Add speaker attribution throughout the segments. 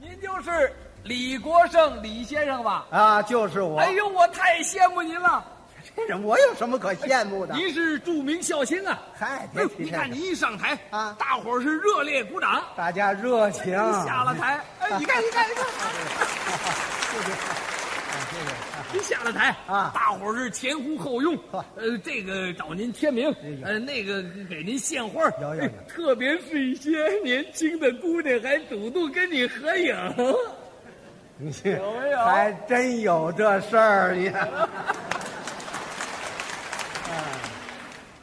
Speaker 1: 您就是李国盛李先生吧？
Speaker 2: 啊，就是我。
Speaker 1: 哎呦，我太羡慕您了！
Speaker 2: 这人我有什么可羡慕的？
Speaker 1: 您是著名笑星啊！
Speaker 2: 嗨，
Speaker 1: 哎
Speaker 2: 别
Speaker 1: 呦，
Speaker 2: 提
Speaker 1: 你
Speaker 2: 这
Speaker 1: 看
Speaker 2: 个，
Speaker 1: 您一上台
Speaker 2: 啊
Speaker 1: 大伙儿是热烈鼓掌。
Speaker 2: 大家热情。
Speaker 1: 您下了台， 哎，你看，你看，你看，您下了台
Speaker 2: 啊
Speaker 1: 大伙儿是前呼后拥
Speaker 2: 呵。
Speaker 1: 呃，这个找您签名
Speaker 2: 哎，呦
Speaker 1: 呃，那个给您献花儿，
Speaker 2: 有有有
Speaker 1: 特别是一些年轻的姑娘还主动跟你合影。
Speaker 2: 你这
Speaker 1: 有没有
Speaker 2: 还真有这事儿呀？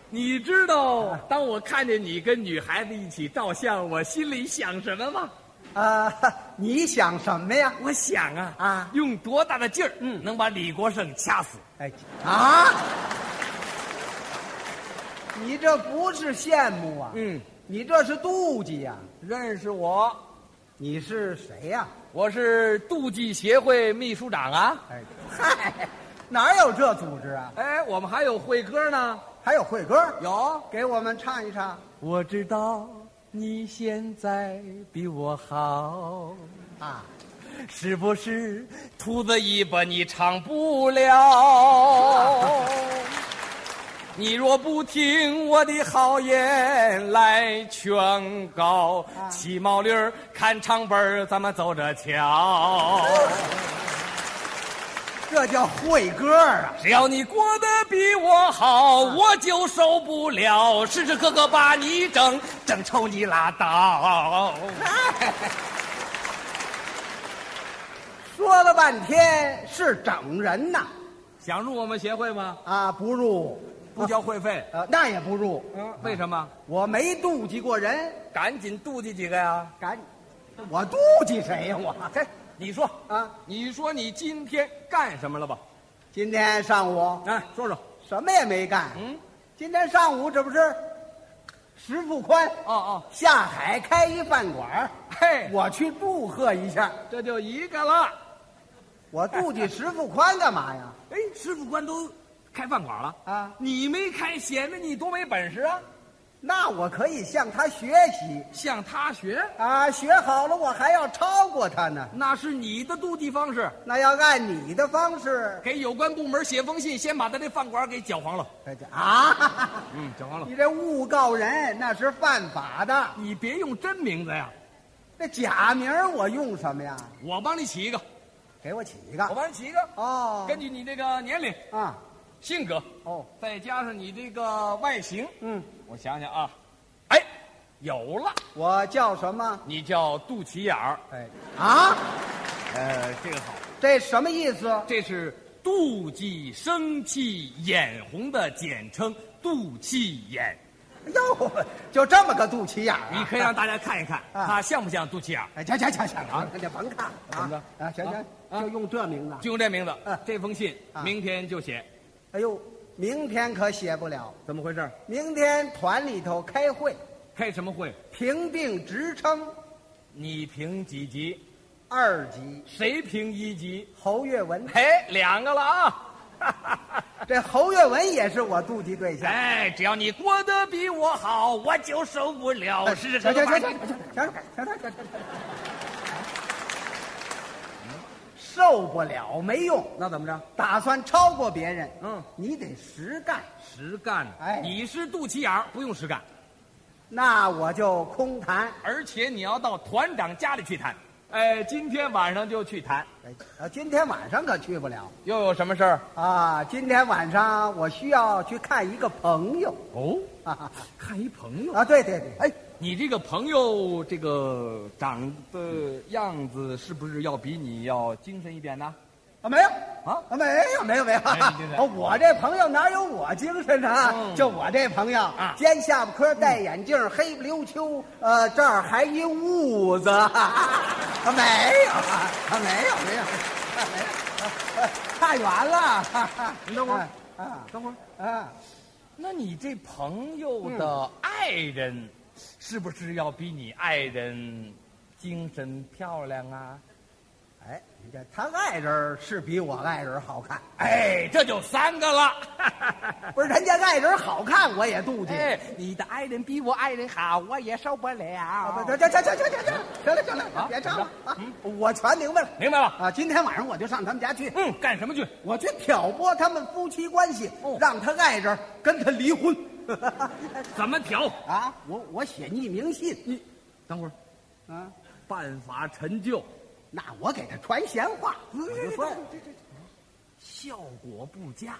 Speaker 1: 你知道，当我看见你跟女孩子一起照相，我心里想什么吗？
Speaker 2: 啊，你想什么呀？
Speaker 1: 我想啊
Speaker 2: 啊
Speaker 1: 用多大的劲儿，嗯，能把李国盛掐死？
Speaker 2: 哎，啊！你这不是羡慕啊，
Speaker 1: 嗯，
Speaker 2: 你这是妒忌呀、
Speaker 1: 认识我，
Speaker 2: 你是谁呀、
Speaker 1: 我是妒忌协会秘书长啊。
Speaker 2: 哎，嗨，哪有这组织啊？
Speaker 1: 哎，我们还有会歌呢，
Speaker 2: 还有会歌，
Speaker 1: 有。
Speaker 2: 给我们唱一唱
Speaker 1: 我知道你现在比我好，
Speaker 2: 啊！
Speaker 1: 是不是？秃子尾巴你唱不了。你若不听我的好言来劝告，骑毛驴儿看唱本儿，咱们走着瞧。
Speaker 2: 这叫会歌啊！
Speaker 1: 只要你过得比我好，我就受不了，时时刻刻把你整，整臭你拉倒。
Speaker 2: 说了半天是整人呐，
Speaker 1: 想入我们协会吗？
Speaker 2: 啊，不入，
Speaker 1: 不交会费。
Speaker 2: 呃，那也不入。
Speaker 1: 啊嗯，为什么？
Speaker 2: 我没妒忌过人，
Speaker 1: 赶紧妒忌几个呀！
Speaker 2: 敢，我妒忌谁呀、我
Speaker 1: 嘿，你说
Speaker 2: 啊，
Speaker 1: 你说你今天干什么了吧？
Speaker 2: 今天上午
Speaker 1: 哎，说说。
Speaker 2: 什么也没干。
Speaker 1: 嗯，
Speaker 2: 今天上午这不是石富宽
Speaker 1: 哦哦，
Speaker 2: 下海开一饭馆儿，
Speaker 1: 嘿，
Speaker 2: 我去祝贺一下。
Speaker 1: 这就一个了。
Speaker 2: 我妒忌石富宽干 嘛呀？
Speaker 1: 哎，师傅官都开饭馆了
Speaker 2: 啊
Speaker 1: 你没开，显得你多没本事啊！
Speaker 2: 那我可以向他学习
Speaker 1: 向他学，
Speaker 2: 啊，学好了我还要超过他呢。
Speaker 1: 那是你的妒忌方式。
Speaker 2: 那要按你的方式，
Speaker 1: 给有关部门写封信，先把他这饭馆给搅黄了。
Speaker 2: 哎这啊，
Speaker 1: 嗯，搅黄了。
Speaker 2: 你这诬告人那是犯法的。
Speaker 1: 你别用真名字呀，
Speaker 2: 这假名儿我用什么呀？
Speaker 1: 我帮你起一个，
Speaker 2: 给我起一
Speaker 1: 我
Speaker 2: 个
Speaker 1: 帮你起一个，
Speaker 2: 哦
Speaker 1: 根据你这个年龄、
Speaker 2: 啊
Speaker 1: 性格，
Speaker 2: 哦
Speaker 1: 再加上你这个外形，
Speaker 2: 嗯，
Speaker 1: 我想想啊，哎，有了，
Speaker 2: 我叫什么？
Speaker 1: 你叫肚脐眼儿，
Speaker 2: 哎啊，
Speaker 1: 呃，这个好，
Speaker 2: 这什么意思？
Speaker 1: 这是妒忌、生气、眼红的简称，肚脐眼。
Speaker 2: 哟，就这么个肚脐眼儿、啊？
Speaker 1: 你可以让大家看一看，
Speaker 2: 啊
Speaker 1: 他像不像肚脐眼儿？
Speaker 2: 哎，行行行行啊，那就甭看了
Speaker 1: 怎么着
Speaker 2: 啊啊，行行，
Speaker 1: 啊
Speaker 2: 就用这名字。
Speaker 1: 就用这名字
Speaker 2: 嗯，
Speaker 1: 这封信
Speaker 2: 啊
Speaker 1: 明天就写，
Speaker 2: 哎呦，明天可写不了，
Speaker 1: 怎么回事？
Speaker 2: 明天团里头开会
Speaker 1: 开什么会？
Speaker 2: 评定职称，
Speaker 1: 你评几级？
Speaker 2: 二级
Speaker 1: 谁评一级？
Speaker 2: 侯月文，
Speaker 1: 嘿，两个了啊！
Speaker 2: 这侯月文也是我妒忌对 象。
Speaker 1: 哎，只要你过得比我好，我就受不了。是
Speaker 2: 行
Speaker 1: 这
Speaker 2: 行
Speaker 1: 个
Speaker 2: 行
Speaker 1: 吧
Speaker 2: 行行行行行行，
Speaker 1: 嗯
Speaker 2: 受不了没用，
Speaker 1: 那怎么着？
Speaker 2: 打算超过别人，
Speaker 1: 嗯，
Speaker 2: 你得实干，
Speaker 1: 实干。
Speaker 2: 哎
Speaker 1: 你是肚脐眼儿，不用实干，
Speaker 2: 那我就空谈。
Speaker 1: 而且你要到团长家里去谈。哎，今天晚上就去谈。
Speaker 2: 哎，啊，今天晚上可去不了
Speaker 1: 又有什么事儿？
Speaker 2: 啊！今天晚上我需要去看一个朋友
Speaker 1: 哦，
Speaker 2: 啊
Speaker 1: 看一朋友。
Speaker 2: 啊！对对对，
Speaker 1: 哎，你这个朋友这个长的样子，是不是要比你要精神一点呢？
Speaker 2: 啊没有
Speaker 1: 啊
Speaker 2: 啊没有没有没有，
Speaker 1: 哎你这个
Speaker 2: 啊我这朋友哪有我精神啊？
Speaker 1: 嗯
Speaker 2: 就我这朋友
Speaker 1: 啊
Speaker 2: 尖下巴颏，戴眼镜，黑不溜秋，呃，这儿还一痦子，啊没有啊啊没有没有啊没有，啊差远 了。
Speaker 1: 你哎等会儿
Speaker 2: 啊啊
Speaker 1: 等会儿。
Speaker 2: 啊！
Speaker 1: 那你这朋友的爱人，是不是要比你爱人精神漂亮啊？
Speaker 2: 哎，你看他爱人是比我爱人好看，
Speaker 1: 哎，这就三个了。
Speaker 2: 不是人家爱人好看，我也妒忌。
Speaker 1: 哎，你的爱人比我爱人好，我也受不
Speaker 2: 啊
Speaker 1: 了。
Speaker 2: 这这这这这这这，行了行了，别唱了啊！
Speaker 1: 嗯
Speaker 2: 我全明白了
Speaker 1: 明白了？
Speaker 2: 啊！今天晚上我就上他们家去，
Speaker 1: 嗯，干什么去？
Speaker 2: 我去挑拨他们夫妻关系
Speaker 1: 哦，
Speaker 2: 让他爱人跟他离 婚。
Speaker 1: 怎么调？
Speaker 2: 啊，我我写匿名信
Speaker 1: 你等会儿，
Speaker 2: 啊，
Speaker 1: 办法陈旧，
Speaker 2: 那我给他传闲话，我就说，
Speaker 1: 效果不佳。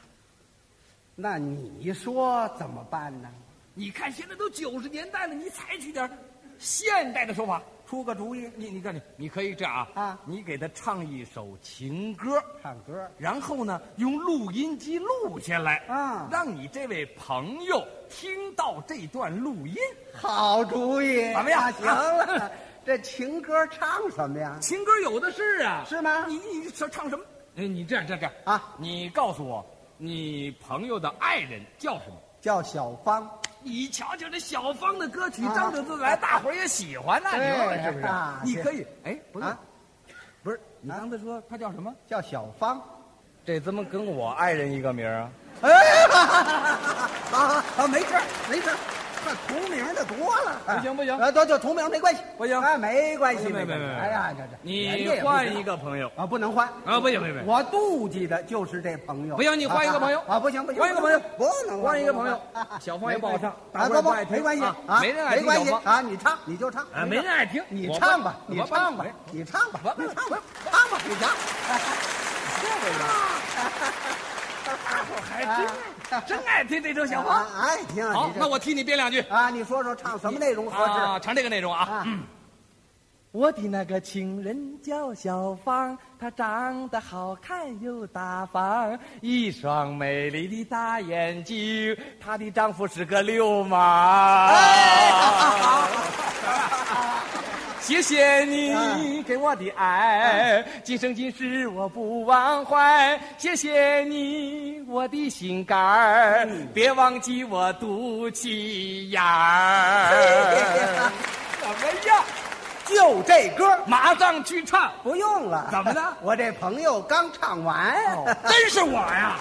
Speaker 2: 那你说怎么办呢？
Speaker 1: 你看现在都九十年代了，你采取点儿现代的手法。
Speaker 2: 出个主意，
Speaker 1: 你你看你，你可以这样啊，
Speaker 2: 啊
Speaker 1: 你给他唱一首情歌，
Speaker 2: 唱歌
Speaker 1: 然后呢，用录音机录下来
Speaker 2: 啊
Speaker 1: 让你这位朋友听到这段录音。
Speaker 2: 好主意，
Speaker 1: 怎么样
Speaker 2: 啊行了， 这情歌唱什么呀？
Speaker 1: 情歌有的是啊，
Speaker 2: 是吗
Speaker 1: 你你说唱什么？哎，你这样这样这样
Speaker 2: 啊，
Speaker 1: 你告诉我，你朋友的爱人叫什么？
Speaker 2: 叫小芳，
Speaker 1: 你瞧瞧这小芳的歌曲
Speaker 2: 啊
Speaker 1: 张着自来，大伙儿也喜欢呐，
Speaker 2: 对
Speaker 1: 你说是不是
Speaker 2: 啊？
Speaker 1: 你
Speaker 2: 对
Speaker 1: 可以，哎，不是
Speaker 2: 啊，
Speaker 1: 不是，你
Speaker 2: 啊
Speaker 1: 刚才说他叫什么？
Speaker 2: 叫小芳。
Speaker 1: 这怎么跟我爱人一个名啊？
Speaker 2: 哎，哈哈哈哈好好，没事儿没事儿，那同名的多了，
Speaker 1: 不行不行
Speaker 2: 啊，都就同名没关系，
Speaker 1: 不行
Speaker 2: 哎，没关系，
Speaker 1: 没没
Speaker 2: 关系
Speaker 1: 没没
Speaker 2: 哎呀，这这，人
Speaker 1: 你
Speaker 2: 家也不
Speaker 1: 换
Speaker 2: 知道
Speaker 1: 一个朋友
Speaker 2: 啊，不能换
Speaker 1: 啊不行不行不行
Speaker 2: 我妒忌的就是这朋友，
Speaker 1: 不行你换一个朋友
Speaker 2: 啊啊，啊不行不行，
Speaker 1: 换一个朋友
Speaker 2: 不能
Speaker 1: 换一个朋友
Speaker 2: 不能换
Speaker 1: 小芳也不好唱
Speaker 2: 啊，
Speaker 1: 大伙儿
Speaker 2: 不不
Speaker 1: 不爱，听
Speaker 2: 没关系
Speaker 1: 啊没人爱
Speaker 2: 没
Speaker 1: 听
Speaker 2: 关系
Speaker 1: 小芳
Speaker 2: 啊，你唱你就唱，
Speaker 1: 啊，没人爱听，
Speaker 2: 你
Speaker 1: 我
Speaker 2: 唱吧，
Speaker 1: 我
Speaker 2: 你唱吧
Speaker 1: 哎，
Speaker 2: 你唱吧，
Speaker 1: 我
Speaker 2: 你唱吧，唱吧，你唱，这个
Speaker 1: 大伙儿还真爱
Speaker 2: 啊
Speaker 1: 真爱听这首小芳。
Speaker 2: 哎，挺
Speaker 1: 好，那我替你编两句。
Speaker 2: 啊，你说说唱什么内容合适？
Speaker 1: 啊，唱这个内容啊
Speaker 2: 啊。
Speaker 1: 嗯
Speaker 3: 我的那个情人叫小芳，她长得好看又大方，一双美丽的大眼睛。她的丈夫是个流氓。谢谢你给我的爱，今生今世我不忘怀。谢谢你，我的心肝儿，别忘记我肚脐眼儿。怎么样？
Speaker 2: 就这歌，
Speaker 1: 马上去唱，
Speaker 2: 不用了。
Speaker 1: 怎么了哦
Speaker 2: 我这朋友刚唱完，
Speaker 1: 真是我呀！